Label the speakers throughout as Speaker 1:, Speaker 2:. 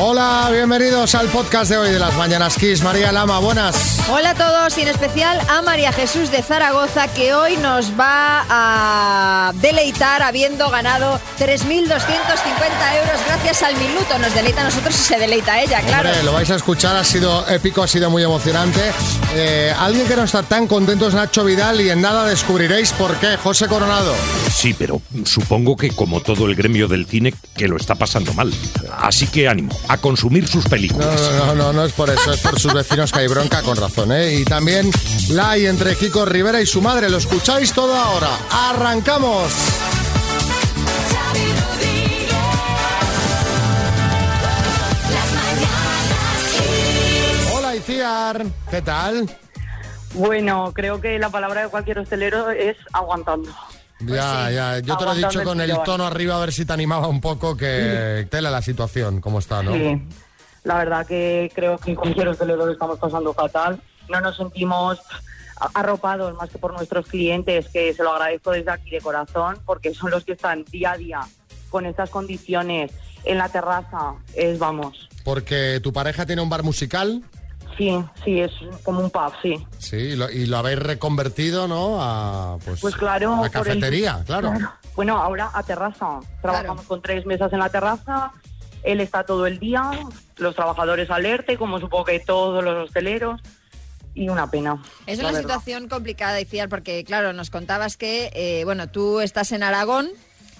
Speaker 1: Hola, bienvenidos al podcast de hoy de las Mañanas Kiss. María Lama, buenas.
Speaker 2: Hola a todos y en especial a María Jesús de Zaragoza que hoy nos va a deleitar habiendo ganado 3.250 euros gracias al minuto. Nos deleita a nosotros y se deleita a ella, claro.
Speaker 1: Hombre, lo vais a escuchar, ha sido épico, ha sido muy emocionante. Eh, alguien que no está tan contento es Nacho Vidal y en nada descubriréis por qué. José Coronado.
Speaker 3: Sí, pero supongo que como todo el gremio del cine, que lo está pasando mal. Así que ánimo, a consumir sus
Speaker 1: No,
Speaker 3: películas.
Speaker 1: no, no, no, no es por eso, es por sus vecinos que hay bronca con razón, ¿eh? Y también la hay entre Kiko Rivera y su madre. Lo escucháis todo ahora. ¡Arrancamos!
Speaker 4: Xavi Rodríguez, las mañanas Kiss.
Speaker 1: Hola, Iciar. ¿Qué tal?
Speaker 5: Bueno, creo que la palabra de cualquier hostelero es aguantando.
Speaker 1: Ya, ya. Yo te lo he
Speaker 5: Pues Aguantando
Speaker 1: dicho
Speaker 5: el
Speaker 1: con el
Speaker 5: tirón.
Speaker 1: tono arriba a ver si te animaba un poco que tela la situación, cómo está, ¿no?
Speaker 5: Sí, la verdad que creo que cualquier hostelero lo estamos pasando fatal. No nos sentimos a- arropados más que por nuestros clientes, que se lo agradezco desde aquí de corazón, porque son los que están día a día con estas condiciones en la terraza. Es, vamos,
Speaker 1: Porque tu pareja tiene un bar musical,
Speaker 5: sí, sí, es como un pub, sí.
Speaker 1: sí, y lo, y lo habéis reconvertido, ¿no? A, pues,
Speaker 5: Pues claro,
Speaker 1: a
Speaker 5: por el-
Speaker 1: cafetería, claro.
Speaker 5: Bueno, ahora a terraza. Trabajamos con tres mesas en la terraza. Él está todo el día, los trabajadores alerta, y como supongo que todos los hosteleros. Y una pena.
Speaker 2: Es
Speaker 5: la
Speaker 2: una
Speaker 5: verdad.
Speaker 2: situación complicada, Iciar, porque claro, nos contabas que, eh, bueno, tú estás en Aragón,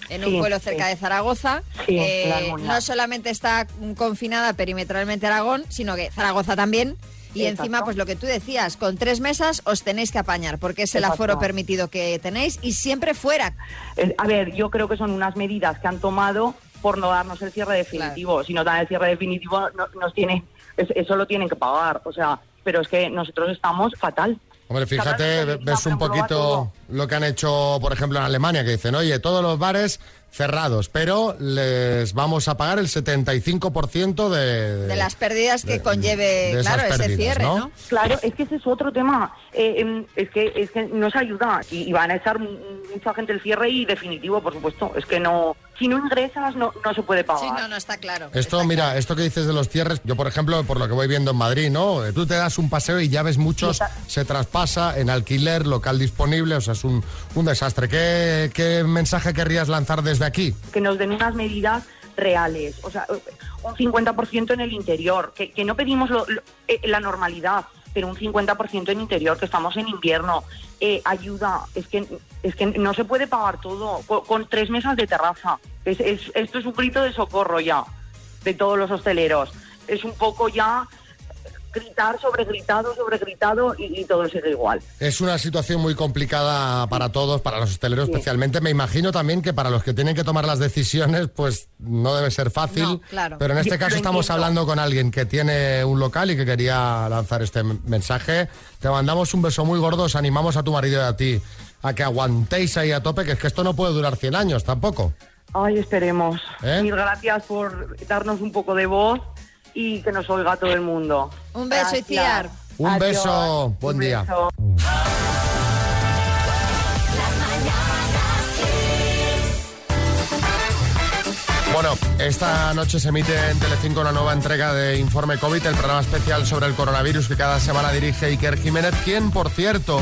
Speaker 2: en un
Speaker 5: Sí,
Speaker 2: pueblo cerca
Speaker 5: sí.
Speaker 2: de Zaragoza. eh,
Speaker 5: Sí, en La Almunia.
Speaker 2: no solamente está mm, confinada perimetralmente Aragón, sino que Zaragoza también. Y
Speaker 5: Exacto.
Speaker 2: encima, pues lo que tú decías, con tres mesas os tenéis que apañar, porque es el
Speaker 5: Exacto.
Speaker 2: aforo permitido que tenéis y siempre fuera.
Speaker 5: Eh, A ver, yo creo que son unas medidas que han tomado por no darnos el cierre definitivo. Si no dan el cierre definitivo, no- nos tienen, es- eso lo tienen que pagar. O sea, pero es que nosotros estamos fatal.
Speaker 1: Hombre,
Speaker 5: Cada
Speaker 1: fíjate,
Speaker 5: vez
Speaker 1: ve-
Speaker 5: que
Speaker 1: ves un
Speaker 5: una prueba,
Speaker 1: poquito
Speaker 5: todo.
Speaker 1: lo que han hecho, por ejemplo, en Alemania, que dicen, oye, todos los bares cerrados, pero les vamos a pagar el 75% de,
Speaker 2: De las pérdidas que
Speaker 1: de-
Speaker 2: conlleve,
Speaker 1: de esas
Speaker 2: claro, ese
Speaker 1: pérdidas,
Speaker 2: cierre,
Speaker 1: ¿no?
Speaker 2: ¿no?
Speaker 5: Claro, es que ese es otro tema. Eh, em, es, que, es que no se ayuda y, y van a echar mu- mucha gente el cierre y definitivo, por supuesto. Es que no, si no ingresas no, no se puede pagar.
Speaker 2: Sí, no, no está claro.
Speaker 1: Esto,
Speaker 2: está
Speaker 1: mira, esto que dices de los cierres, yo por ejemplo, por lo que voy viendo en Madrid, ¿no? Eh, Tú te das un paseo y ya ves muchos,
Speaker 5: Sí, está-
Speaker 1: se traspasa en alquiler, local disponible, o sea, es un, un desastre. ¿Qué, ¿Qué mensaje querrías lanzar desde aquí?
Speaker 5: que nos den unas medidas reales, o sea, un 50% en el interior, que, que no pedimos lo- lo- eh, la normalidad, pero un 50% en interior, que estamos en invierno, Eh, ayuda, es que, es que no se puede pagar todo co- con, tres mesas de terraza, Es- es- esto es un grito de socorro ya, de todos los hosteleros, es un poco ya gritar sobre gritado, sobre gritado y, y todo sigue igual.
Speaker 1: Es una situación muy complicada para todos, para los hosteleros especialmente. Me imagino también que para los que tienen que tomar las decisiones, pues no debe ser fácil.
Speaker 2: No, claro.
Speaker 1: Pero en este
Speaker 5: Yo
Speaker 1: caso
Speaker 5: lo
Speaker 1: estamos
Speaker 5: entiendo.
Speaker 1: hablando con alguien que tiene un local y que quería lanzar este m- mensaje. Te mandamos un beso muy gordo, os animamos a tu marido y a ti a que aguantéis ahí a tope, que es que esto no puede durar 100 años tampoco.
Speaker 5: Ay, esperemos.
Speaker 1: ¿Eh?
Speaker 5: Mil gracias por darnos un poco de voz y que nos oiga todo el mundo.
Speaker 2: Un beso,
Speaker 5: Gracias.
Speaker 2: Iciar.
Speaker 1: Un
Speaker 5: Adiós.
Speaker 1: beso. Buen
Speaker 5: Un
Speaker 1: día.
Speaker 5: beso.
Speaker 1: Bueno, esta noche se emite en Telecinco una nueva entrega de Informe COVID, el programa especial sobre el coronavirus que cada semana dirige Iker Jiménez, quien, por cierto,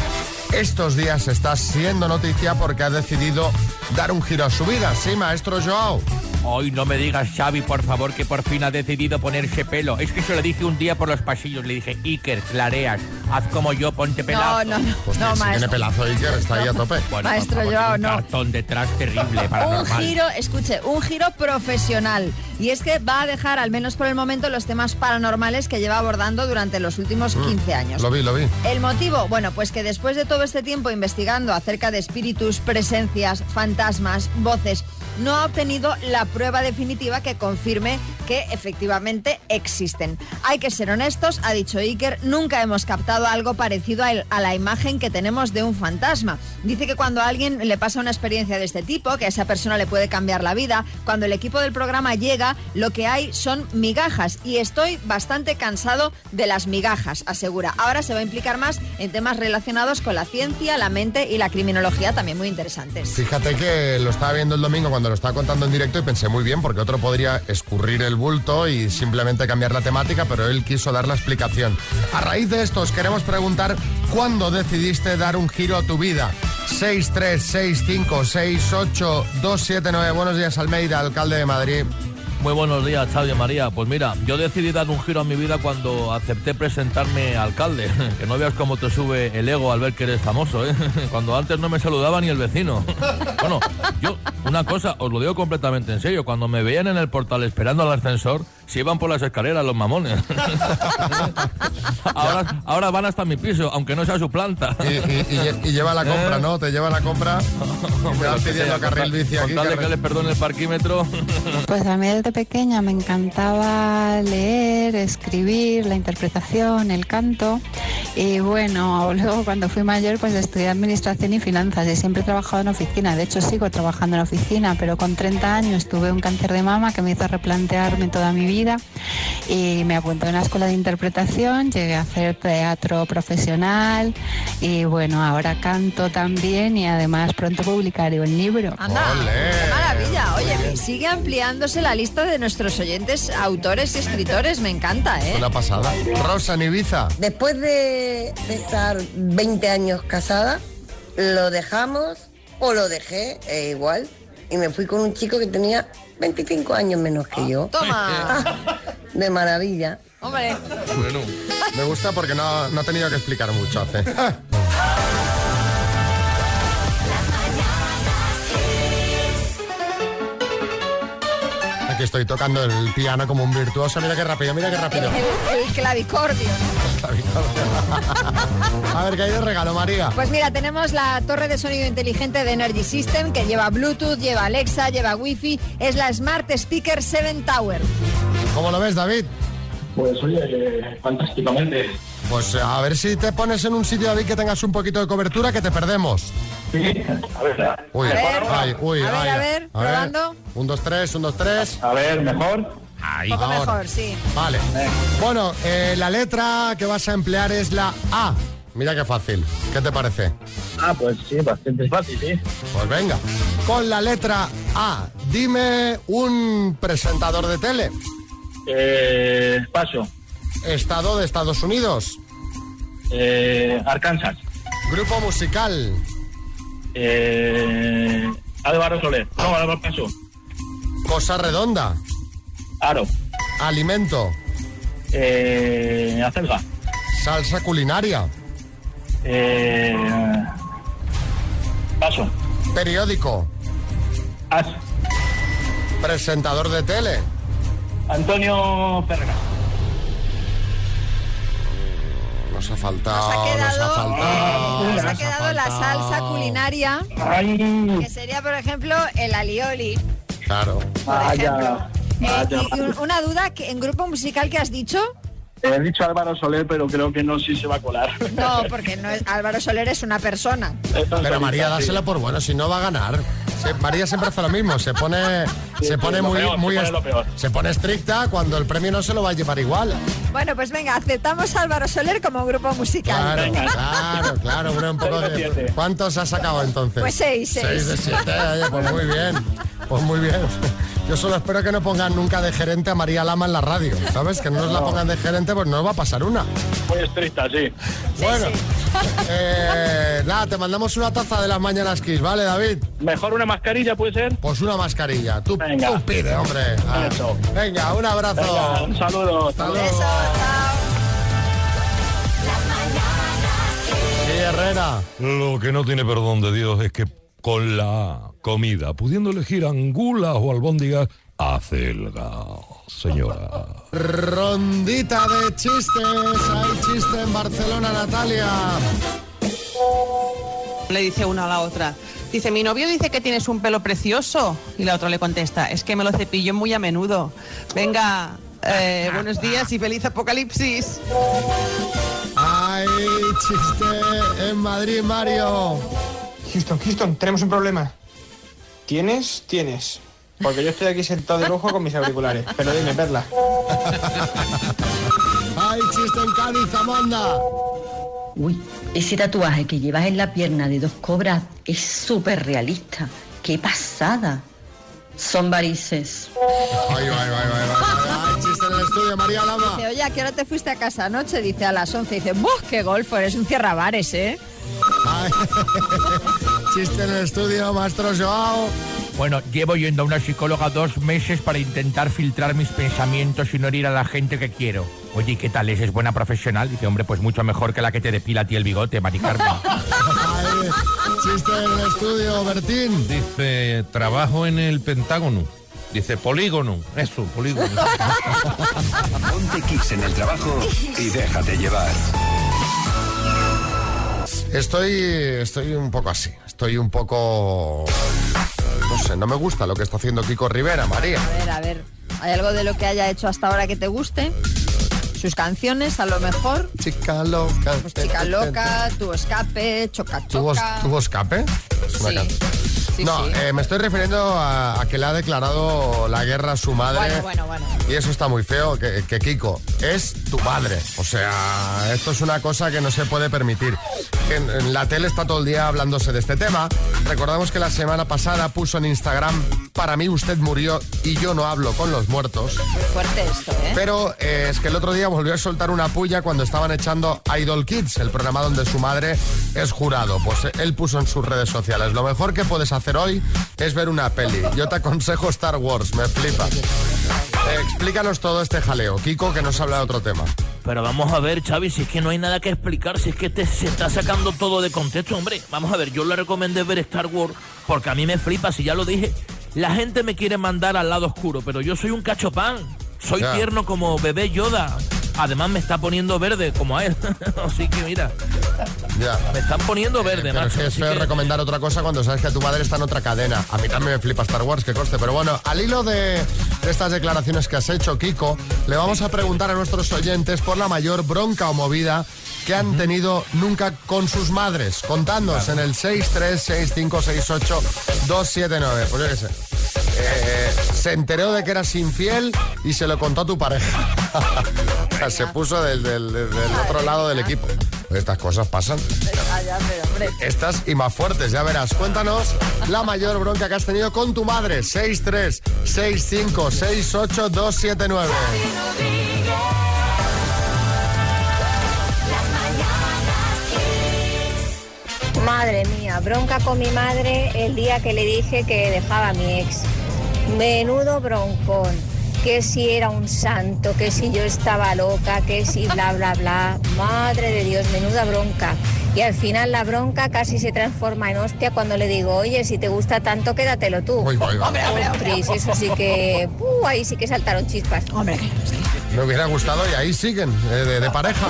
Speaker 1: estos días está siendo noticia porque ha decidido dar un giro a su vida. Sí, maestro Joao.
Speaker 6: Hoy no me digas, Xavi, por favor, que por fin ha decidido ponerse pelo. Es que se lo dije un día por los pasillos. Le dije, Iker, clareas, haz como yo, ponte
Speaker 2: No,
Speaker 6: pelazo.
Speaker 2: no, no,
Speaker 1: Pues
Speaker 2: no,
Speaker 1: sí, tiene
Speaker 2: maestro.
Speaker 1: pelazo Iker, está ahí a tope.
Speaker 6: Bueno,
Speaker 2: Maestro
Speaker 6: por favor,
Speaker 2: Joao,
Speaker 6: un
Speaker 2: no.
Speaker 6: cartón detrás terrible,
Speaker 2: Un
Speaker 6: paranormal.
Speaker 2: giro, escuche, un giro profesional. Y es que va a dejar, al menos por el momento, los temas paranormales que lleva abordando durante los últimos 15 años.
Speaker 1: Lo vi, lo vi.
Speaker 2: ¿El motivo? Bueno, pues que después de todo este tiempo investigando acerca de espíritus, presencias, fantasmas, voces, no ha obtenido la prueba definitiva que confirme que efectivamente existen. Hay que ser honestos, ha dicho Iker, nunca hemos captado algo parecido a, el- a la imagen que tenemos de un fantasma. Dice que cuando a alguien le pasa una experiencia de este tipo, que a esa persona le puede cambiar la vida, cuando el equipo del programa llega, lo que hay son migajas y estoy bastante cansado de las migajas, asegura. Ahora se va a implicar más en temas relacionados con la ciencia, la mente y la criminología, también muy interesantes.
Speaker 1: Fíjate que lo estaba viendo el domingo cuando cuando lo estaba contando en directo y pensé muy bien porque otro podría escurrir el bulto y simplemente cambiar la temática, pero él quiso dar la explicación. A raíz de esto os queremos preguntar cuándo decidiste dar un giro a tu vida. 636568279. Buenos días Almeida, alcalde de Madrid.
Speaker 7: Muy buenos días, Xavi y María. Pues mira, yo decidí dar un giro a mi vida cuando acepté presentarme alcalde. Que no veas cómo te sube el ego al ver que eres famoso, ¿eh? Cuando antes no me saludaba ni el vecino. Bueno, yo, una cosa, os lo digo completamente en serio. Cuando me veían en el portal esperando al ascensor, se iban por las escaleras los mamones. Ahora, ahora van hasta mi piso, aunque no sea su planta.
Speaker 1: Y, y- y lle- y lleva la compra, ¿no? Te lleva la compra. Y te
Speaker 7: Pero
Speaker 1: vas
Speaker 7: Eh. que
Speaker 1: pidiendo
Speaker 7: sea, con
Speaker 1: carril
Speaker 7: tal-
Speaker 1: bici aquí.
Speaker 7: Con tal de que
Speaker 1: carril-
Speaker 7: les perdone el parquímetro.
Speaker 8: Pues a mí desde pequeña me encantaba leer, escribir, la interpretación, el canto. Y bueno, luego cuando fui mayor, pues estudié administración y finanzas y siempre he trabajado en oficina. De hecho, sigo trabajando en oficina, pero con 30 años tuve un cáncer de mama que me hizo replantearme toda mi vida. Y me apunté a una escuela de interpretación, llegué a hacer teatro profesional y bueno, ahora canto también y además pronto publicaré un libro.
Speaker 2: Anda,
Speaker 1: Ole.
Speaker 2: qué maravilla. Oye, sigue ampliándose la lista de nuestros oyentes, autores y escritores. Me encanta, ¿eh?
Speaker 1: Una pasada. Rosa en Ibiza.
Speaker 9: Después de, de estar 20 años casada, lo dejamos o lo dejé, e igual, y me fui con un chico que tenía 25 años menos que yo.
Speaker 2: Toma.
Speaker 9: De maravilla.
Speaker 2: Hombre,
Speaker 1: Me gusta porque no, no ha tenido que explicar mucho hace. Aquí estoy tocando el piano como un virtuoso. Mira qué rápido, mira qué rápido.
Speaker 2: el, el clavicordio.
Speaker 1: A ver, ¿qué hay de regalo, María?
Speaker 2: Pues mira, tenemos la torre de sonido inteligente de Energy System que lleva Bluetooth, lleva Alexa, lleva Wi-Fi. Es la Smart Speaker 7 Tower.
Speaker 1: ¿Cómo lo ves, David?
Speaker 10: Pues oye, eh, fantásticamente.
Speaker 1: Pues eh, a ver si te pones en un sitio, David, que tengas un poquito de cobertura, que te perdemos.
Speaker 10: Sí, a ver,
Speaker 1: Uy,
Speaker 2: A ver.
Speaker 1: ay, uy,
Speaker 2: A ver,
Speaker 1: ay,
Speaker 2: a ver, probando.
Speaker 1: Un, dos, tres, un, dos, tres.
Speaker 10: a ver, mejor.
Speaker 2: Un poco
Speaker 1: Ahora.
Speaker 2: mejor, sí.
Speaker 1: Vale. Bueno, eh, la letra que vas a emplear es la A. Mira qué fácil. ¿Qué te parece?
Speaker 10: Ah, pues sí, bastante fácil, sí.
Speaker 1: Pues venga. Con la letra A, dime un presentador de tele.
Speaker 10: Eh, paso.
Speaker 1: Estado de Estados Unidos.
Speaker 10: Eh, Arkansas.
Speaker 1: Grupo musical.
Speaker 10: Eh, Álvaro Soler. No, Álvaro Paso.
Speaker 1: Cosa redonda.
Speaker 10: Aro.
Speaker 1: Alimento.
Speaker 10: Eh, Acelga.
Speaker 1: Salsa culinaria.
Speaker 10: Eh, paso.
Speaker 1: Periódico.
Speaker 10: As.
Speaker 1: Presentador de tele.
Speaker 10: Antonio Ferreras.
Speaker 1: Nos ha faltado.
Speaker 2: Nos ha quedado, eh,
Speaker 1: faltado,
Speaker 2: nos ha
Speaker 1: nos
Speaker 2: quedado la
Speaker 1: faltado.
Speaker 2: salsa culinaria, que
Speaker 10: Ay,
Speaker 2: sería, por ejemplo, el alioli.
Speaker 1: Claro.
Speaker 2: Por
Speaker 10: vaya.
Speaker 2: ejemplo. Eh,
Speaker 10: Vaya.
Speaker 2: y un- una duda, que ¿en grupo musical que has dicho?
Speaker 10: He dicho Álvaro Soler, pero creo que no sé si se va a colar.
Speaker 2: No, porque no es, Álvaro Soler es una persona.
Speaker 1: Pero María,
Speaker 10: dásela
Speaker 1: dásela por bueno, si no va a ganar. Se- María siempre hace lo mismo, se pone,
Speaker 10: Sí,
Speaker 1: se
Speaker 10: sí,
Speaker 1: pone
Speaker 10: lo
Speaker 1: muy,
Speaker 10: peor, se
Speaker 1: muy
Speaker 10: pone
Speaker 1: est-
Speaker 10: lo peor.
Speaker 1: se pone estricta cuando el premio no se lo va a llevar igual.
Speaker 2: Bueno, pues venga, aceptamos a Álvaro Soler como grupo musical.
Speaker 1: Claro,
Speaker 10: Venga.
Speaker 1: claro, claro. bueno, un poco
Speaker 10: Seis de
Speaker 1: de,
Speaker 10: siete.
Speaker 1: ¿Cuántos has sacado entonces?
Speaker 2: Pues seis, seis.
Speaker 1: de siete, oye, pues muy bien. Pues muy bien. Yo solo espero que no pongan nunca de gerente a María Lama en la radio, ¿sabes? Que no nos la pongan de gerente, pues no va a pasar una.
Speaker 10: Muy estricta, sí.
Speaker 1: bueno, eh, nada, te mandamos una taza de las mañanas Kiss, ¿vale, David?
Speaker 10: Mejor una mascarilla puede ser.
Speaker 1: Pues una mascarilla. Tú,
Speaker 10: Venga.
Speaker 1: tú pide, hombre. Ah,
Speaker 10: Eso.
Speaker 1: Venga, un abrazo.
Speaker 10: Venga, un saludo.
Speaker 1: Hasta luego.
Speaker 2: Eso, chao.
Speaker 1: Sí, Herrera.
Speaker 3: Lo que no tiene perdón de Dios es que con la comida, pudiendo elegir angulas o albóndigas, acelga, señora.
Speaker 1: Rondita de chistes. Hay chiste en Barcelona, Natalia.
Speaker 11: Le dice una a la otra. Dice, mi novio dice que tienes un pelo precioso. Y la otra le contesta, es que me lo cepillo muy a menudo. Venga, eh, buenos días y feliz apocalipsis.
Speaker 1: Hay chiste en Madrid, Mario.
Speaker 12: Houston, Houston, tenemos un problema. ¿Tienes? Tienes. Porque yo estoy aquí sentado de lujo con mis auriculares. Pero dime, Perla.
Speaker 1: Hay chiste en Cádiz, Amanda.
Speaker 9: Uy, ese tatuaje que llevas en la pierna de dos cobras es súper realista. ¡Qué pasada!
Speaker 13: Son varices.
Speaker 1: Ahí va, ahí va, ahí va, ahí va. Hay chiste en el estudio, María Lama.
Speaker 2: Dice, oye, ¿a qué hora te fuiste a casa anoche? Dice, a las 11. Dice, ¡buh, qué golfo! Eres un cierrabares, ¿eh?
Speaker 1: Ay, Chiste en el estudio, maestro Joao.
Speaker 6: Bueno, llevo yendo a una psicóloga dos meses para intentar filtrar mis pensamientos y no herir a la gente que quiero. Oye, ¿y qué tal es? ¿Es buena profesional? Dice, hombre, pues mucho mejor que la que te depila a ti el bigote, Mari Carmen.
Speaker 1: Ay, Chiste en el estudio, Bertín.
Speaker 14: Dice, trabajo en el Pentágono. Dice, polígono. Eso, polígono.
Speaker 15: Ponte Kicks en el trabajo y déjate llevar.
Speaker 1: Estoy, estoy un poco así. Estoy un poco. No sé, no me gusta lo que está haciendo Kiko Rivera, María.
Speaker 2: A ver, a ver. ¿Hay algo de lo que haya hecho hasta ahora que te guste? Sus canciones, a lo mejor.
Speaker 1: Chica loca.
Speaker 2: Pues Chica Loca, Tu Escape, Choca
Speaker 1: ¿Tuvo,
Speaker 2: Choca.
Speaker 1: tuvo escape? Es una
Speaker 2: Sí.
Speaker 1: can-
Speaker 2: Sí,
Speaker 1: no,
Speaker 2: sí.
Speaker 1: eh, me estoy refiriendo a, a que le ha declarado la guerra a su madre.
Speaker 2: Bueno, bueno, bueno.
Speaker 1: Y eso está muy feo, que, que Kiko es tu madre. O sea, esto es una cosa que no se puede permitir. En, en la tele está todo el día hablándose de este tema. Recordamos que la semana pasada puso en Instagram, para mí usted murió y yo no hablo con los muertos.
Speaker 2: Fuerte esto, ¿eh?
Speaker 1: Pero eh, es que el otro día volvió a soltar una puya cuando estaban echando Idol Kids, el programa donde su madre es jurado. Pues eh, él puso en sus redes sociales, lo mejor que puedes hacer hoy es ver una peli. Yo te aconsejo Star Wars, me flipa. Eh, explícanos todo este jaleo, Kiko, que nos habla de otro tema.
Speaker 7: Pero vamos a ver, Xavi, si es que no hay nada que explicar, si es que te, se está sacando todo de contexto, hombre. Vamos a ver, yo le recomendé ver Star Wars porque a mí me flipa, si ya lo dije. La gente me quiere mandar al lado oscuro, pero yo soy un cachopán. Soy
Speaker 6: Ya.
Speaker 7: tierno como bebé Yoda. Además me está poniendo verde como a él. Así que mira,
Speaker 1: Ya.
Speaker 7: me están poniendo verde,
Speaker 1: Eh, Pero es
Speaker 7: macho.
Speaker 1: que es
Speaker 7: Así
Speaker 1: feo
Speaker 7: que-
Speaker 1: recomendar otra cosa cuando sabes que tu madre está en otra cadena. A mí también me flipa Star Wars, que coste. Pero bueno, al hilo de de estas declaraciones que has hecho, Kiko, le vamos a preguntar a nuestros oyentes por la mayor bronca o movida que han tenido nunca con sus madres. Contadnos en el 636568279. Pues yo qué sé. Eh, se enteró de que eras infiel y se lo contó a tu pareja. O sea, se puso del, del- del- del otro lado del equipo. Estas cosas pasan. Estas y más fuertes, ya verás. Cuéntanos la mayor bronca que has tenido con tu madre. 636568279.
Speaker 16: Madre mía, bronca con mi madre el día que le dije que dejaba a mi ex. Menudo broncón. Que si era un santo, que si yo estaba loca, que si bla, bla, bla. Madre de Dios, menuda bronca. Y al final la bronca casi se transforma en hostia cuando le digo, oye, si te gusta tanto, quédatelo tú.
Speaker 1: Uy, uy, uy. Hombre, hombre,
Speaker 16: Ostris, eso sí que... uh, ahí sí que saltaron chispas. Hombre,
Speaker 1: Me hubiera gustado y ahí siguen, eh, de, de pareja.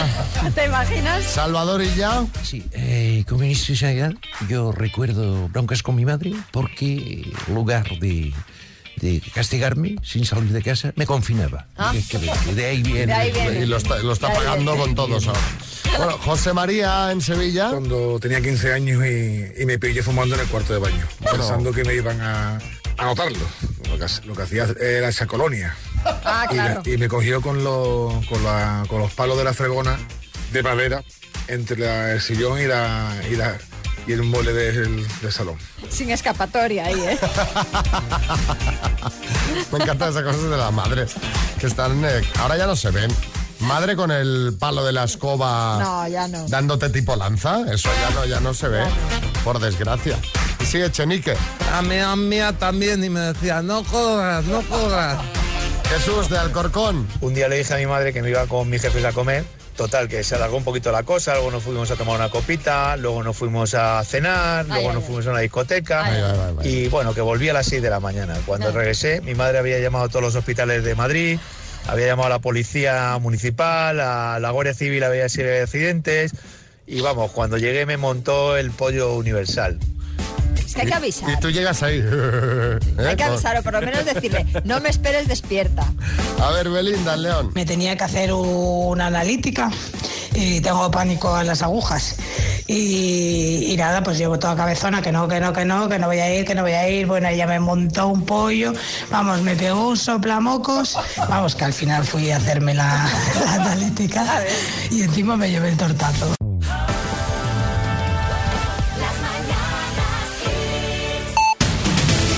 Speaker 2: ¿Te imaginas?
Speaker 1: Salvador y ya.
Speaker 17: Sí, eh, como ministro de Sanidad, yo recuerdo broncas con mi madre porque en lugar de, de castigarme sin salir de casa, me confinaba.
Speaker 1: Ah.
Speaker 17: Que- que- que de ahí viene.
Speaker 1: De ahí viene. Y lo está- lo está De ahí pagando viene. con todos ahora. Bueno, José María en Sevilla.
Speaker 18: Cuando tenía 15 años y, y me pillé fumando en el cuarto de baño, pensando que me iban a, a notarlo. Lo que, ha- lo que hacía era esa colonia.
Speaker 2: Ah,
Speaker 18: Y, la-
Speaker 2: claro.
Speaker 18: y me cogió con los, con, la- con los palos de la fregona de madera entre la- el sillón y, la, y, la- y el mueble del, del salón.
Speaker 2: Sin escapatoria ahí, ¿eh?
Speaker 1: Me encantan esas cosas de las madres. Que están. eh, ahora ya no se ven. Madre con el palo de la escoba.
Speaker 2: No, ya no.
Speaker 1: Dándote tipo lanza. Eso ya no, ya no se ve. Por desgracia. Y sigue Chenique.
Speaker 17: A mí, a mía también, y me decía, no jodas, no jodas.
Speaker 1: Jesús de Alcorcón.
Speaker 19: Un día le dije a mi madre que me iba con mis jefes a comer. Total, que se alargó un poquito la cosa, luego nos fuimos a tomar una copita, luego nos fuimos a cenar, luego nos fuimos a una discoteca y bueno, que volví a las 6 de la mañana. Cuando regresé, mi madre había llamado a todos los hospitales de Madrid, había llamado a la policía municipal, a la Guardia Civil había sido accidentes y vamos, cuando llegué me montó el pollo universal.
Speaker 2: Es que hay que avisar.
Speaker 1: Y tú llegas ahí.
Speaker 2: Hay que
Speaker 1: ¿Eh?
Speaker 2: avisar o por lo menos decirle, no me esperes despierta.
Speaker 1: A ver, Belinda, el León.
Speaker 20: Me tenía que hacer una analítica y tengo pánico a las agujas. Y, y nada, pues llevo toda cabezona, que no, que no, que no, que no voy a ir, que no voy a ir. Bueno, ella me montó un pollo, vamos, me pegó un soplamocos, vamos, que al final fui a hacerme la, la analítica y encima me llevé el tortazo.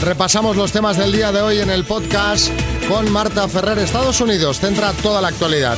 Speaker 1: Repasamos los temas del día de hoy en el podcast con Marta Ferrer. Estados Unidos centra toda la actualidad.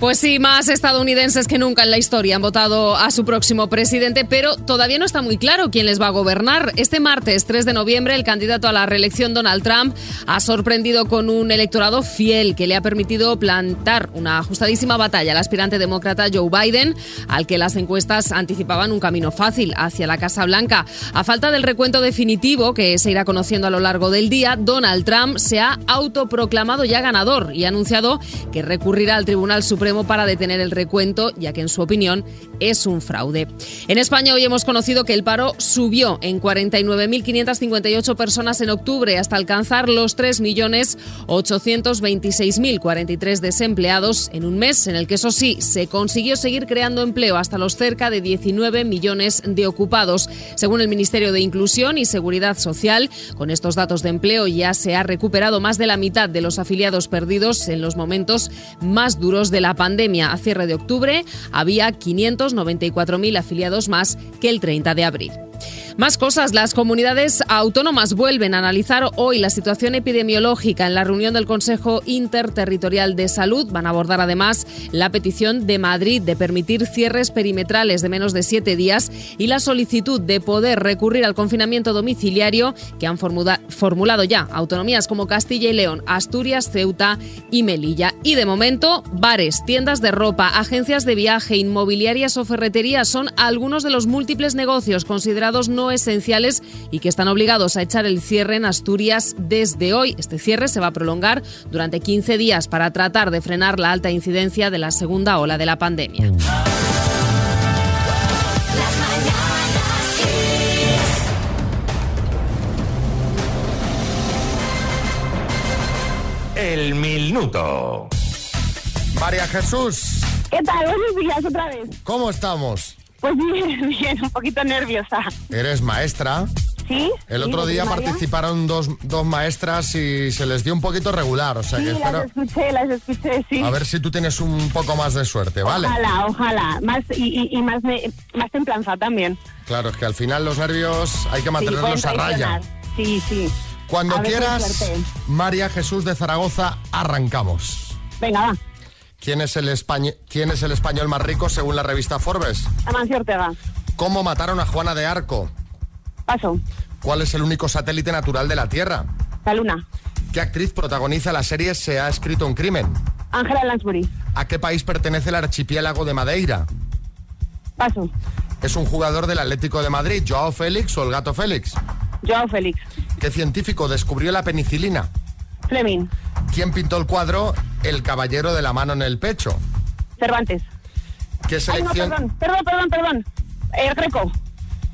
Speaker 13: Pues sí, más estadounidenses que nunca en la historia han votado a su próximo presidente, pero todavía no está muy claro quién les va a gobernar. Este martes 3 de noviembre, el candidato a la reelección Donald Trump ha sorprendido con un electorado fiel que le ha permitido plantar una ajustadísima batalla al aspirante demócrata Joe Biden, al que las encuestas anticipaban un camino fácil hacia la Casa Blanca. A falta del recuento definitivo, que se irá conociendo a lo largo del día, Donald Trump se ha autoproclamado ya ganador y ha anunciado que recurrirá al Tribunal Supremo para detener el recuento, ya que en su opinión es un fraude. En España hoy hemos conocido que el paro subió en 49.558 personas en octubre hasta alcanzar los 3.826.043 desempleados en un mes en el que eso sí se consiguió seguir creando empleo hasta los cerca de 19 millones de ocupados. Según el Ministerio de Inclusión y Seguridad Social, con estos datos de empleo ya se ha recuperado más de la mitad de los afiliados perdidos en los momentos más duros de la pandemia pandemia. A cierre de octubre había 594.000 afiliados más que el 30 de abril. Más cosas, las comunidades autónomas vuelven a analizar hoy la situación epidemiológica en la reunión del Consejo Interterritorial de Salud. Van a abordar además la petición de Madrid de permitir cierres perimetrales de menos de siete días y la solicitud de poder recurrir al confinamiento domiciliario que han formula- formulado ya autonomías como Castilla y León, Asturias, Ceuta y Melilla. Y de momento, bares, tiendas de ropa, agencias de viaje, inmobiliarias o ferreterías son algunos de los múltiples negocios considerados no esenciales y que están obligados a echar el cierre en Asturias desde hoy. Este cierre se va a prolongar durante 15 días para tratar de frenar la alta incidencia de la segunda ola de la pandemia.
Speaker 1: El minuto. María Jesús.
Speaker 21: ¿Qué tal? Buenos días otra vez.
Speaker 1: ¿Cómo estamos?
Speaker 21: Pues bien, bien, un poquito nerviosa.
Speaker 1: Eres maestra.
Speaker 21: ¿Sí?
Speaker 1: El
Speaker 21: sí,
Speaker 1: otro
Speaker 21: de
Speaker 1: día
Speaker 21: primaria.
Speaker 1: participaron dos, dos maestras y se les dio un poquito regular, o sea
Speaker 21: Sí,
Speaker 1: que
Speaker 21: las
Speaker 1: espero...
Speaker 21: escuché, las escuché, sí.
Speaker 1: A ver si tú tienes un poco más de suerte, ¿vale?
Speaker 21: Ojalá, ojalá. Más, y, y- y más, me- más templanza también.
Speaker 1: Claro, es que al final los nervios hay que
Speaker 21: Sí,
Speaker 1: mantenerlos
Speaker 21: pueden
Speaker 1: a raya.
Speaker 21: traicionar. Sí, sí.
Speaker 1: Cuando
Speaker 21: A ver,
Speaker 1: quieras,
Speaker 21: suerte.
Speaker 1: María Jesús de Zaragoza, arrancamos.
Speaker 21: Venga, va.
Speaker 1: ¿Quién es, el españ- ¿Quién es el español más rico según la revista Forbes?
Speaker 21: Amancio Ortega.
Speaker 1: ¿Cómo mataron a Juana de Arco?
Speaker 21: Paso.
Speaker 1: ¿Cuál es el único satélite natural de la Tierra?
Speaker 21: La luna.
Speaker 1: ¿Qué actriz protagoniza la serie Se ha escrito un crimen?
Speaker 21: Ángela Lansbury.
Speaker 1: ¿A qué país pertenece el archipiélago de Madeira?
Speaker 21: Paso.
Speaker 1: ¿Es un jugador del Atlético de Madrid, Joao Félix o el Gato Félix?
Speaker 21: Joao Félix.
Speaker 1: ¿Qué científico descubrió la penicilina?
Speaker 21: Fleming.
Speaker 1: ¿Quién pintó el cuadro El caballero de la mano en el pecho?
Speaker 21: Cervantes.
Speaker 1: ¿Qué
Speaker 21: Ay, no,
Speaker 1: selección,
Speaker 21: perdón, perdón, perdón, perdón. Eh, Greco.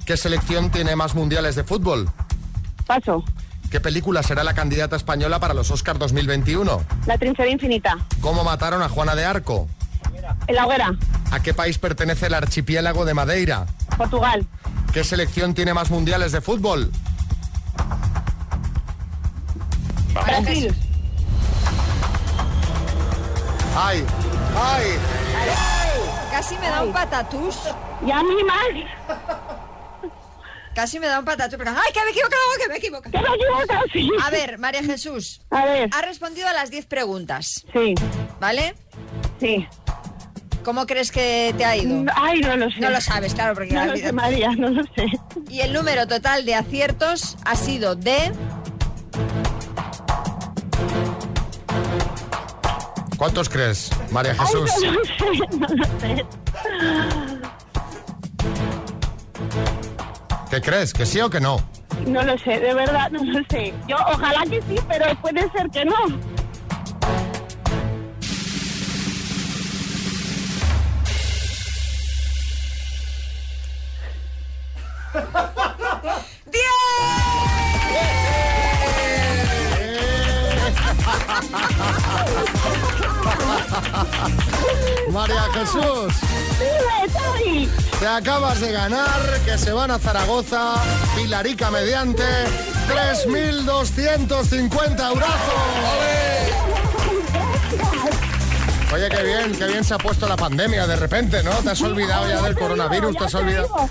Speaker 1: ¿Qué selección tiene más mundiales de fútbol?
Speaker 21: Paso.
Speaker 1: ¿Qué película será la candidata española para los Oscars 2021?
Speaker 21: La trinchera infinita.
Speaker 1: ¿Cómo mataron a Juana de Arco?
Speaker 21: En la hoguera.
Speaker 1: ¿A qué país pertenece el archipiélago de Madeira?
Speaker 21: Portugal.
Speaker 1: ¿Qué selección tiene más mundiales de fútbol?
Speaker 21: Brasil.
Speaker 1: ¡Ay! ¡Ay!
Speaker 2: Casi me da un patatús.
Speaker 21: Y a mí más.
Speaker 2: Casi me da un patatús, pero ¡ay, que me he equivocado, que me he equivocado!
Speaker 21: me he equivocado, sí.
Speaker 2: A ver, María Jesús.
Speaker 21: A ver.
Speaker 2: Ha respondido a las 10 preguntas,
Speaker 21: Sí.
Speaker 2: ¿vale?
Speaker 21: Sí.
Speaker 2: ¿Cómo crees que te ha ido?
Speaker 21: Ay, no lo sé.
Speaker 2: No lo sabes, claro, porque...
Speaker 21: No
Speaker 2: la
Speaker 21: lo
Speaker 2: vida-
Speaker 21: sé, María, no lo sé.
Speaker 2: Y el número total de aciertos ha sido de...
Speaker 1: ¿Cuántos crees, María Jesús?
Speaker 21: Ay, no lo sé, no lo sé.
Speaker 1: ¿Qué crees? ¿Que sí o que no?
Speaker 21: No lo sé, de verdad, Ah, no lo sé. Yo ojalá que sí, pero puede ser que no.
Speaker 1: María Jesús. Te acabas de ganar, que se van a Zaragoza, Pilarica mediante, 3.250 eurazos. Oye, qué bien, qué bien se ha puesto la pandemia de repente, ¿no? Te has olvidado ya del coronavirus, te has olvidado.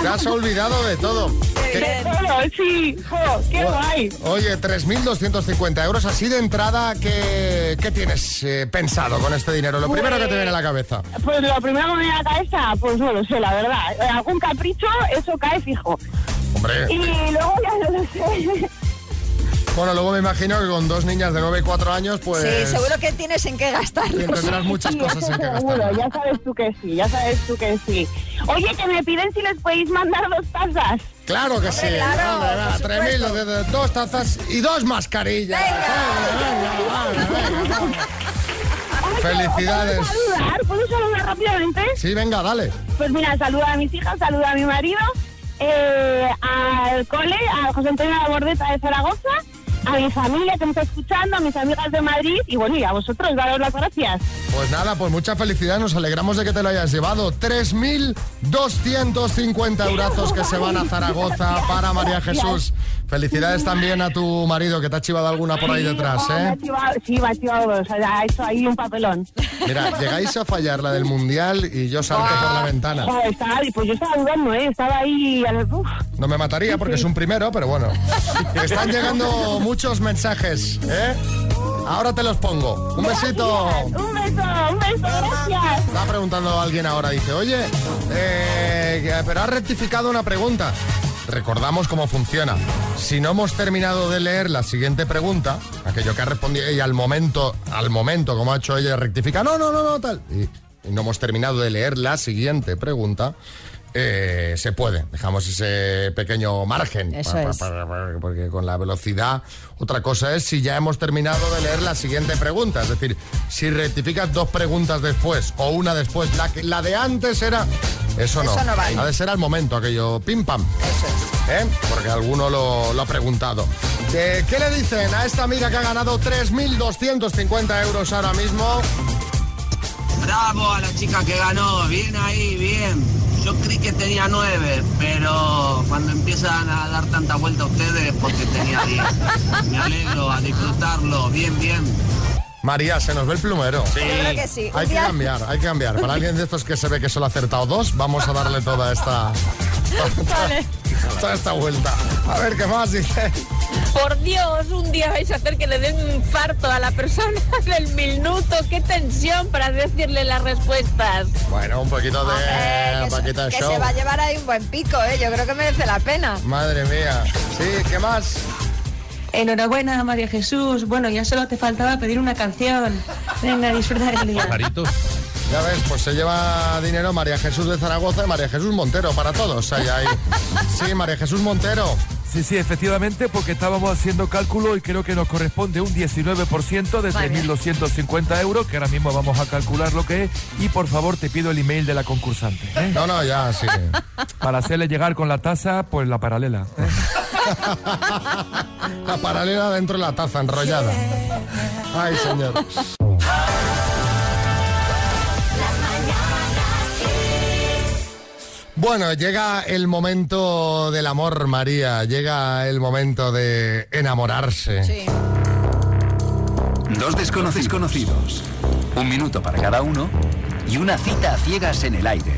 Speaker 1: Te has olvidado de todo.
Speaker 21: De todo, sí. Jo, qué guay.
Speaker 1: Oh, Oye, 3.250 euros así de entrada, ¿qué, qué tienes eh, pensado con este dinero? Lo primero que te viene a la cabeza.
Speaker 21: Pues lo primero que me viene a la cabeza, pues no lo sé, la verdad. Eh, Algún capricho, eso cae fijo.
Speaker 1: Hombre.
Speaker 21: Y luego ya no lo sé.
Speaker 1: Bueno, luego me imagino que con dos niñas de 9 y 4 años, pues...
Speaker 2: Sí, seguro que tienes en qué gastarlo.
Speaker 1: Tendrás muchas
Speaker 21: Sí,
Speaker 1: cosas
Speaker 21: eso
Speaker 1: en que gastar.
Speaker 21: seguro, ya sabes tú que sí, ya sabes tú que sí. Oye, que me piden si les podéis mandar dos tazas.
Speaker 1: Claro que sí.
Speaker 21: claro,
Speaker 1: Hombre, va,
Speaker 21: por supuesto.
Speaker 1: 3.000, de- de- dos tazas y dos mascarillas. Venga, venga, venga, venga. Felicidades.
Speaker 21: ¿Puedo saludar? ¿Puedo saludar rápidamente?
Speaker 1: Sí, venga, dale.
Speaker 21: Pues mira, saluda a mis hijas, saluda a mi marido, eh, al cole, a José Antonio de la Bordeta de Zaragoza, a mi familia que me está escuchando, a mis amigas de Madrid y bueno, y a vosotros, daros las gracias.
Speaker 1: Pues nada, pues mucha felicidad, nos alegramos de que te lo hayas llevado. 3.250 eurazos que se van a Zaragoza para María Jesús. Felicidades también a tu marido que te ha chivado alguna por ahí detrás,
Speaker 21: Sí, me ha
Speaker 1: ¿eh?
Speaker 21: chivado- Sí, me ha chivado, o sea, ha hecho ahí un papelón.
Speaker 1: Mira, llegáis a fallar la del Mundial y yo salto por la ventana.
Speaker 21: Joder, estaba- pues yo estaba dudando, ¿eh? estaba ahí... al- uf.
Speaker 1: No me mataría porque es un primero, pero bueno. Están llegando muchos mensajes, ¿eh? Ahora te los pongo. Un besito.
Speaker 21: Un beso, un beso, gracias.
Speaker 1: Está preguntando a alguien ahora, dice, oye, eh, pero has rectificado una pregunta. Recordamos cómo funciona. Si no hemos terminado de leer la siguiente pregunta, aquello que ha respondido ella al momento, al momento, como ha hecho ella, rectifica, no, no, no, no, tal. Y, y no hemos terminado de leer la siguiente pregunta, eh, se puede. Dejamos ese pequeño margen.
Speaker 2: Eso
Speaker 1: Pa- pa-
Speaker 2: es.
Speaker 1: pa- pa- Porque con la velocidad, otra cosa es si ya hemos terminado de leer la siguiente pregunta. Es decir, si rectificas dos preguntas después o una después, la, que- la de antes era. Eso no.
Speaker 2: Eso no vale.
Speaker 1: Ha de ser al momento, aquello pim pam. ¿Eh? Porque alguno lo, lo ha preguntado. Eh, ¿Qué le dicen a esta amiga que ha ganado 3.250 euros ahora mismo?
Speaker 4: Bravo a la chica que ganó, bien ahí, bien. Yo creí que tenía nueve, pero cuando empiezan a dar tanta vuelta a ustedes, porque tenía diez. Me alegro, a disfrutarlo, bien, bien.
Speaker 1: María, se nos ve el plumero.
Speaker 4: Sí. Yo creo que sí.
Speaker 1: Hay
Speaker 4: Un
Speaker 1: que
Speaker 4: día-
Speaker 1: cambiar, hay que cambiar. Para alguien de estos que se ve que solo ha acertado dos, vamos a darle toda esta. Toda esta vuelta. A ver qué más dice.
Speaker 22: Por Dios, un día vais a hacer que le den un infarto a la persona del minuto. ¡Qué tensión para decirle las respuestas!
Speaker 1: Bueno, un poquito de
Speaker 2: Hombre, que se-
Speaker 1: Paquita
Speaker 2: que
Speaker 1: Show.
Speaker 2: se va a llevar ahí un buen pico, ¿eh? Yo creo que merece la pena.
Speaker 1: Madre mía. Sí, ¿qué más?
Speaker 23: Enhorabuena, María Jesús. Bueno, ya solo te faltaba pedir una canción. Venga, disfrutar el día.
Speaker 1: Ya ves, pues se lleva dinero María Jesús de Zaragoza y María Jesús Montero para todos. Ahí, ahí. Sí, María Jesús Montero.
Speaker 24: Sí, sí, efectivamente, porque estábamos haciendo cálculo y creo que nos corresponde un 19% de
Speaker 23: Vale.
Speaker 24: 3.250 euros, que ahora mismo vamos a calcular lo que es. Y por favor, te pido el email de la concursante. ¿eh?
Speaker 1: No, no, ya, sí.
Speaker 24: Para hacerle llegar con la tasa, pues la paralela. ¿eh?
Speaker 1: La paralela dentro de la taza enrollada. Ay, señor. Bueno, llega el momento del amor, María. Llega el momento de enamorarse.
Speaker 15: Dos desconocidos conocidos. Un minuto para cada uno y una cita a ciegas en el aire.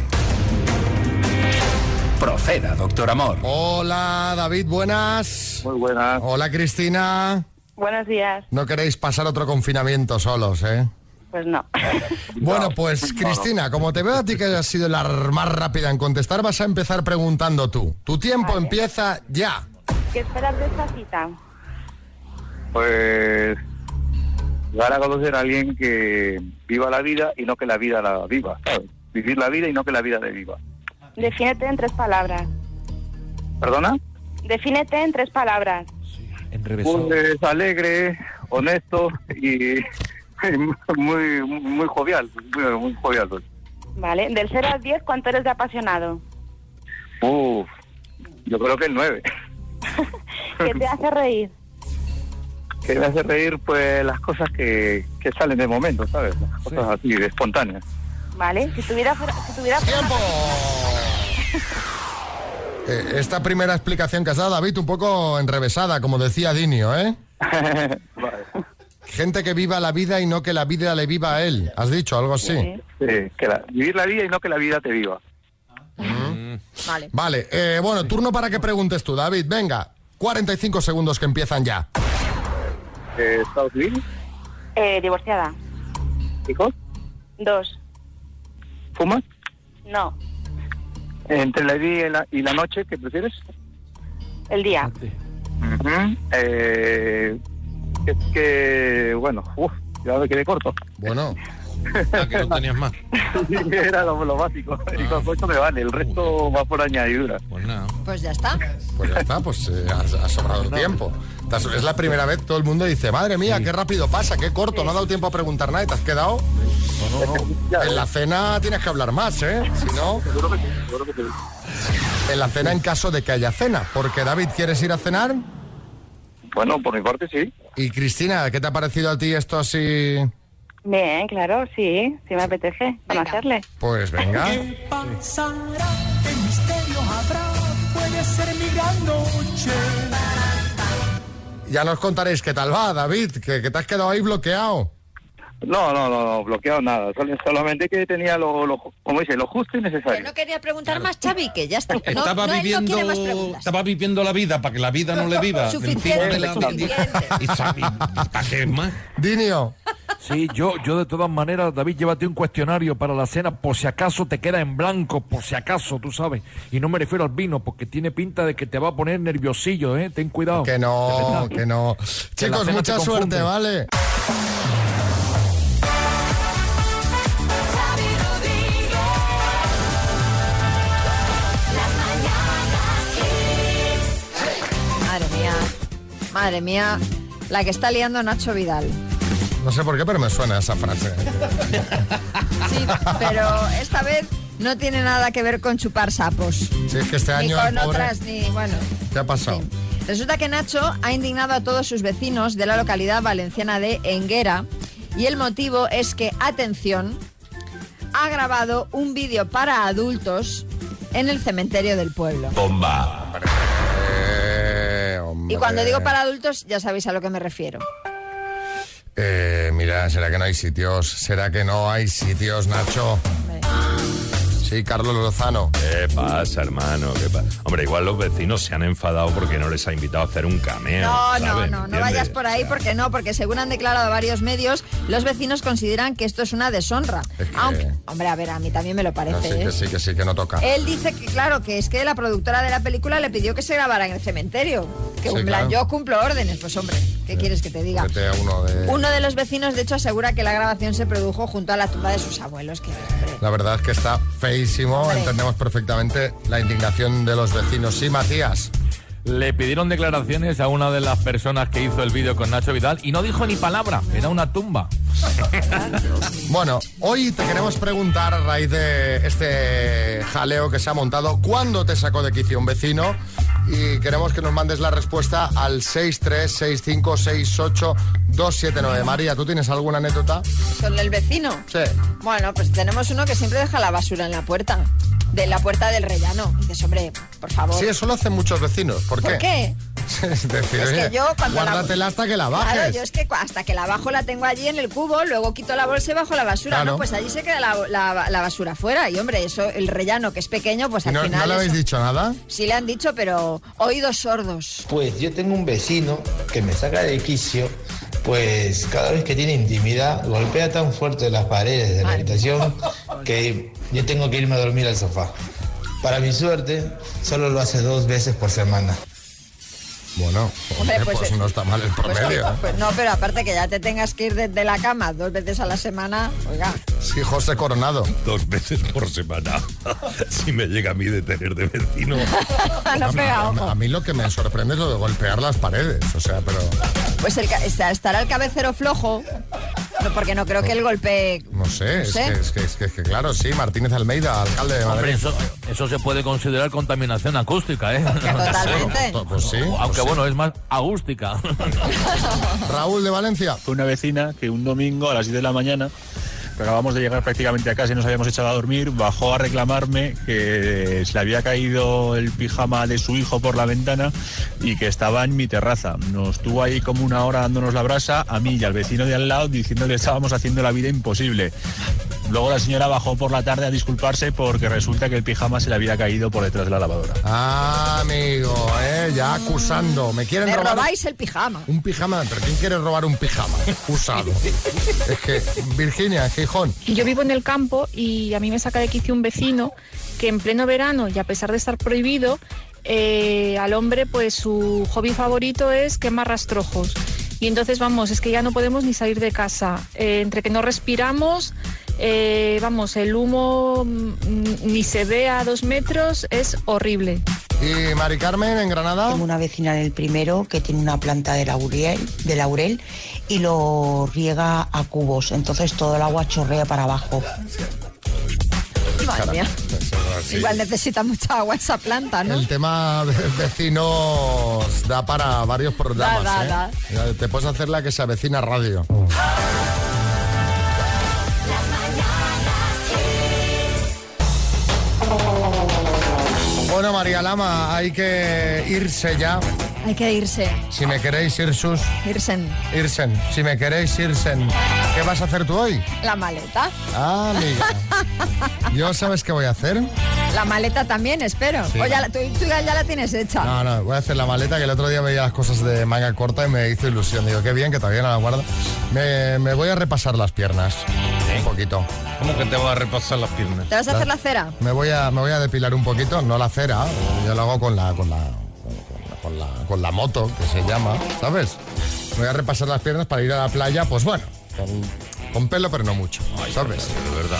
Speaker 15: Proceda, doctor Amor.
Speaker 1: Hola, David, buenas. Muy buenas. Hola, Cristina.
Speaker 25: Buenos días.
Speaker 1: No queréis pasar otro confinamiento solos, ¿eh?
Speaker 25: Pues no.
Speaker 1: Bueno, pues Cristina, como te veo a ti que has sido la r- más rápida en contestar, vas a empezar preguntando tú. Tu tiempo empieza ya.
Speaker 25: ¿Qué esperas de esta cita?
Speaker 26: Pues dar a conocer a alguien que viva la vida y no que la vida la viva. ¿sabes? Vivir la vida y no que la vida la viva.
Speaker 25: Defínete en tres palabras.
Speaker 26: ¿Perdona?
Speaker 25: Defínete en tres palabras.
Speaker 26: Pues alegre, honesto y muy muy jovial, muy, muy jovial. pues.
Speaker 25: ¿Vale? Del 0 al 10, ¿cuánto eres de apasionado?
Speaker 26: Uf, yo creo que el 9.
Speaker 25: ¿Qué te hace reír?
Speaker 26: Que me hace reír pues las cosas que, que salen de momento, ¿sabes? Las cosas así, espontáneas.
Speaker 25: ¿Vale? Si tuvieras... Si tuviera
Speaker 1: ¡Tiempo! Eh, Esta primera explicación que has dado, David, un poco enrevesada, como decía Dinio, ¿eh? Gente que viva la vida y no que la vida le viva a él. ¿Has dicho algo así?
Speaker 26: Sí, que la- vivir la vida y no que la vida te viva.
Speaker 1: Vale. Vale, eh, bueno, turno para que preguntes tú, David. Venga, 45 segundos que empiezan ya.
Speaker 26: Eh, ¿Estado civil?
Speaker 25: Eh, divorciada.
Speaker 26: ¿Hijos?
Speaker 25: Dos.
Speaker 26: ¿Fumas?
Speaker 25: No.
Speaker 26: ¿Entre la día y la, y la noche qué prefieres?
Speaker 25: El día.
Speaker 26: Ujú. Eh, es que, bueno, uf, ya me quedé corto.
Speaker 1: Bueno.
Speaker 17: Ah,
Speaker 26: que no tenías más. Era lo, lo básico. Y con esto me vale. El resto va por añadidura.
Speaker 14: Pues nada.
Speaker 2: Pues ya está.
Speaker 1: Pues ya está, pues eh, ha, ha sobrado tiempo. Te has- Es la primera vez todo el mundo dice, madre mía, qué rápido pasa, qué corto, no ha dado tiempo a preguntar nada y te has quedado. En la cena tienes que hablar más, ¿eh? Si no, en la cena en caso de que haya cena, porque David, ¿quieres ir a cenar?
Speaker 26: Bueno, por mi parte sí.
Speaker 1: Y Cristina, ¿qué te ha parecido a ti esto así?
Speaker 25: Bien, claro, sí. Sí me apetece conocerle.
Speaker 1: Pues venga.
Speaker 3: pasará? ¿Qué misterio habrá? Puede ser mi gran noche.
Speaker 1: Ya nos contaréis qué tal va, David, que, que te has quedado ahí bloqueado.
Speaker 26: No, no, no, no, bloqueado nada. Sol- Solamente que tenía lo, lo- como dice, lo justo y necesario.
Speaker 2: No quería preguntar más, Xavi, que ya está. No,
Speaker 14: Estaba
Speaker 2: no, él no
Speaker 14: viviendo
Speaker 2: quiere más preguntas.
Speaker 14: estaba viviendo la vida para que la vida no le viva.
Speaker 2: Suficiente,
Speaker 14: Encima de la- Y sabe-
Speaker 1: ¿Para qué más? Dinio.
Speaker 24: Sí, yo, yo de todas maneras, David, llévate un cuestionario para la cena por si acaso te queda en blanco, por si acaso, tú sabes. Y no me refiero al vino, porque tiene pinta de que te va a poner nerviosillo, ¿eh? Ten cuidado.
Speaker 1: Que no, que no.
Speaker 14: Que la
Speaker 1: Chicos,
Speaker 14: cena
Speaker 1: mucha
Speaker 14: te confunde.
Speaker 1: suerte, ¿vale?
Speaker 2: Madre mía, madre mía, la que está liando Nacho Vidal.
Speaker 1: No sé por qué, pero me suena esa frase.
Speaker 2: Sí, pero esta vez no tiene nada que ver con chupar sapos.
Speaker 1: Si es que este
Speaker 2: ni
Speaker 1: año,
Speaker 2: con
Speaker 1: el pobre,
Speaker 2: otras, ni bueno.
Speaker 1: ¿qué ha pasado?
Speaker 2: Resulta que Nacho ha indignado a todos sus vecinos de la localidad valenciana de Enguera y el motivo es que, atención, ha grabado un vídeo para adultos en el cementerio del pueblo.
Speaker 1: Bomba. Eh, hombre.
Speaker 2: Y cuando digo para adultos, ya sabéis a lo que me refiero.
Speaker 1: Eh, mira, ¿será que no hay sitios? ¿Será que no hay sitios, Nacho? Sí, Carlos Lozano.
Speaker 5: ¿Qué pasa, hermano? ¿Qué pasa? Hombre, igual los vecinos se han enfadado porque no les ha invitado a hacer un cameo.
Speaker 2: No, no,
Speaker 5: ¿sabes?
Speaker 2: no, no
Speaker 5: ¿Entiendes?
Speaker 2: vayas por ahí porque no, porque según han declarado varios medios, los vecinos consideran que esto es una deshonra. Aunque, hombre, a ver, a mí también me lo
Speaker 1: No, sí,
Speaker 2: parece. ¿eh?
Speaker 1: que sí, que sí, que no toca.
Speaker 2: Él dice que, claro, que es que la productora de la película le pidió que se grabara en el cementerio. Que
Speaker 1: Sí,
Speaker 2: en plan,
Speaker 1: claro.
Speaker 2: yo cumplo órdenes, pues hombre, ¿qué quieres que te diga?
Speaker 1: Vete a uno de...
Speaker 2: Uno de los vecinos, de hecho, asegura que la grabación se produjo junto a la tumba de sus abuelos. Que...
Speaker 1: La verdad es que está feísimo, entendemos perfectamente la indignación de los vecinos. Sí, Matías.
Speaker 7: Le pidieron declaraciones a una de las personas que hizo el vídeo con Nacho Vidal y no dijo ni palabra, era una tumba.
Speaker 1: Bueno, hoy te queremos preguntar a raíz de este jaleo que se ha montado, ¿cuándo te sacó de quicio un vecino? Y queremos que nos mandes la respuesta al 636568279. María, ¿tú tienes alguna anécdota?
Speaker 2: ¿Con el vecino?
Speaker 1: Sí.
Speaker 2: Bueno, pues tenemos uno que siempre deja la basura en la puerta, de la puerta del rellano. Dices, hombre, por favor.
Speaker 1: Sí, eso lo hacen muchos vecinos. ¿Por qué?
Speaker 2: ¿Por qué?
Speaker 1: es decir,
Speaker 2: Es que
Speaker 1: oye,
Speaker 2: yo cuando la-
Speaker 1: guárdatela hasta que la
Speaker 2: Claro,
Speaker 1: bajes.
Speaker 2: yo es que cu- hasta que la bajo la tengo allí en el cubo, luego quito la bolsa y bajo la basura.
Speaker 1: Claro.
Speaker 2: No, pues allí se queda la, la- la basura fuera. Y hombre, eso, el rellano que es pequeño, pues
Speaker 1: ¿Y
Speaker 2: al
Speaker 1: no,
Speaker 2: final.
Speaker 1: no le habéis
Speaker 2: eso-
Speaker 1: dicho nada?
Speaker 2: Sí le han dicho, pero oídos sordos.
Speaker 8: Pues yo tengo un vecino que me saca de quicio, pues cada vez que tiene intimidad golpea tan fuerte las paredes de la habitación que yo tengo que irme a dormir al sofá. Para mi suerte, solo lo hace dos veces por semana.
Speaker 1: Bueno,
Speaker 2: Hombre, pues, pues eh,
Speaker 1: no está mal el
Speaker 2: Pues, pues no, pero aparte que ya te tengas que ir desde la cama dos veces a la semana, oiga.
Speaker 1: Sí, José Coronado.
Speaker 5: Dos veces por semana. si me llega a mí de tener de vecino.
Speaker 2: No
Speaker 1: a, mí,
Speaker 2: pega ojo.
Speaker 1: a mí lo que me sorprende es lo de golpear las paredes. O sea, pero
Speaker 2: Pues el, ca- está- estará el cabecero flojo, no, porque no creo que el golpe.
Speaker 1: no sé,
Speaker 2: No
Speaker 1: es,
Speaker 2: sé.
Speaker 1: Que, es, que, es que- es que claro, sí, Martínez Almeida, alcalde de
Speaker 7: Hombre,
Speaker 1: Madrid.
Speaker 7: eso, eso se puede considerar contaminación acústica, ¿eh?
Speaker 1: Totalmente. Pues sí.
Speaker 7: Aunque bueno, es más agústica.
Speaker 1: Raúl de Valencia.
Speaker 10: Fue una vecina que un domingo a las 10 de la mañana
Speaker 6: Acabamos de llegar prácticamente a casa y nos habíamos echado a dormir. Bajó a reclamarme que se le había caído el pijama de su hijo por la ventana y que estaba en mi terraza. Nos tuvo ahí como una hora dándonos la brasa a mí y al vecino de al lado diciendo que estábamos haciendo la vida imposible. Luego la señora bajó por la tarde a disculparse porque resulta que el pijama se le había caído por detrás de la lavadora.
Speaker 1: Ah, amigo, eh, ya acusando. Me quieren
Speaker 2: Mm. Me
Speaker 1: robar
Speaker 2: robáis el pijama.
Speaker 1: un pijama. ¿Pero quién quiere robar un pijama usado? es que, Virginia, Gijón.
Speaker 9: Yo vivo en el campo y a mí me saca de quicio un vecino que en pleno verano y a pesar de estar prohibido, eh, al hombre pues su hobby favorito es quemar rastrojos. Y entonces vamos, es que ya no podemos ni salir de casa. Eh, entre que no respiramos, eh, vamos, el humo mm, ni se ve a dos metros, es horrible.
Speaker 1: ¿Y Mari Carmen en Granada?
Speaker 10: Tengo una vecina del primero que tiene una planta de laurel, de laurel y lo riega a cubos. Entonces todo el agua chorrea para abajo.
Speaker 2: Madre mía.
Speaker 1: Así.
Speaker 2: Igual necesita mucha agua esa planta, ¿no?
Speaker 1: pues El tema de vecinos da para varios programas.
Speaker 2: Da, da,
Speaker 1: ¿eh? Te puedes hacer la que se avecina radio. Bueno, María Lama, hay que irse ya.
Speaker 2: Hay que irse.
Speaker 1: Si me queréis ir sus,
Speaker 2: Irsen.
Speaker 1: irsen. Si me queréis irsen. ¿Qué vas a hacer tú hoy?
Speaker 2: La maleta.
Speaker 1: Ah, amiga. ¿Yo sabes qué voy a hacer?
Speaker 2: La maleta también, espero.
Speaker 1: Sí.
Speaker 2: O ya la- tú, tú ya la tienes hecha.
Speaker 1: No, no, voy a hacer la maleta que el otro día veía las cosas de manga corta y me hizo ilusión. Digo, qué bien que todavía no la guarda. Me, me voy a repasar las piernas. Un poquito.
Speaker 14: ¿Cómo que te vas a repasar las piernas?
Speaker 2: ¿Te vas a hacer la cera?
Speaker 1: Me voy a, me voy a depilar un poquito, no la cera. Yo lo hago con la, con la, con la, con la moto, que se llama, ¿sabes? Me voy a repasar las piernas para ir a la playa, pues bueno, con, con pelo, pero no mucho, ¿sabes?
Speaker 14: De verdad.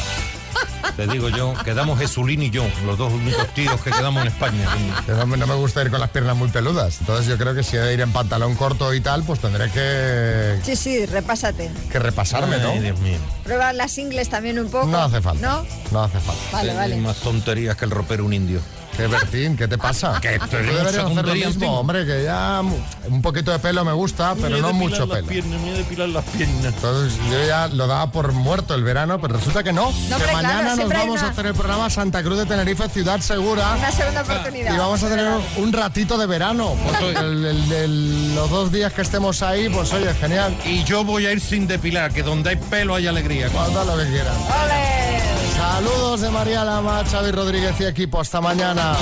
Speaker 14: Te digo yo, quedamos Jesulín y yo, los dos únicos tíos que quedamos en España.
Speaker 1: No, me- no me gusta ir con las piernas muy peludas. Entonces yo creo que si he de ir en pantalón corto y tal, pues tendré que,
Speaker 2: Sí, sí, repásate.
Speaker 1: que repasarme, ¿no?
Speaker 14: Ay, Dios mío.
Speaker 2: Prueba las ingles también un poco.
Speaker 1: No hace falta.
Speaker 2: ¿No?
Speaker 1: No hace falta.
Speaker 2: Vale,
Speaker 14: Hay
Speaker 2: vale.
Speaker 14: más tonterías que el ropero un indio.
Speaker 1: Que Bertín,
Speaker 2: Ah,
Speaker 1: ¿qué te pasa? Que
Speaker 14: tú
Speaker 1: Yo
Speaker 14: eres
Speaker 1: debería
Speaker 14: mucha
Speaker 1: hacer lo
Speaker 14: tontería,
Speaker 1: mismo,
Speaker 14: Antín.
Speaker 1: hombre, que ya mu- un poquito de pelo me gusta, pero no mucho pelo.
Speaker 14: me voy a depilar las piernas.
Speaker 1: Entonces yo ya lo daba por muerto el verano, pero resulta que no.
Speaker 2: No,
Speaker 1: que
Speaker 2: hombre,
Speaker 1: mañana
Speaker 2: claro,
Speaker 1: nos
Speaker 2: siempre hay
Speaker 1: vamos a
Speaker 2: una-
Speaker 1: hacer el programa Santa Cruz de Tenerife, Ciudad Segura.
Speaker 2: Una segunda oportunidad.
Speaker 1: Y vamos a tener un ratito de verano. Pues, el- el- el- los dos días que estemos ahí, pues oye, genial.
Speaker 14: Y yo voy a ir sin depilar, que donde hay pelo hay alegría.
Speaker 1: Manda pues lo que quieras. Saludos de María Lama, Xavi Rodríguez y equipo. Hasta mañana.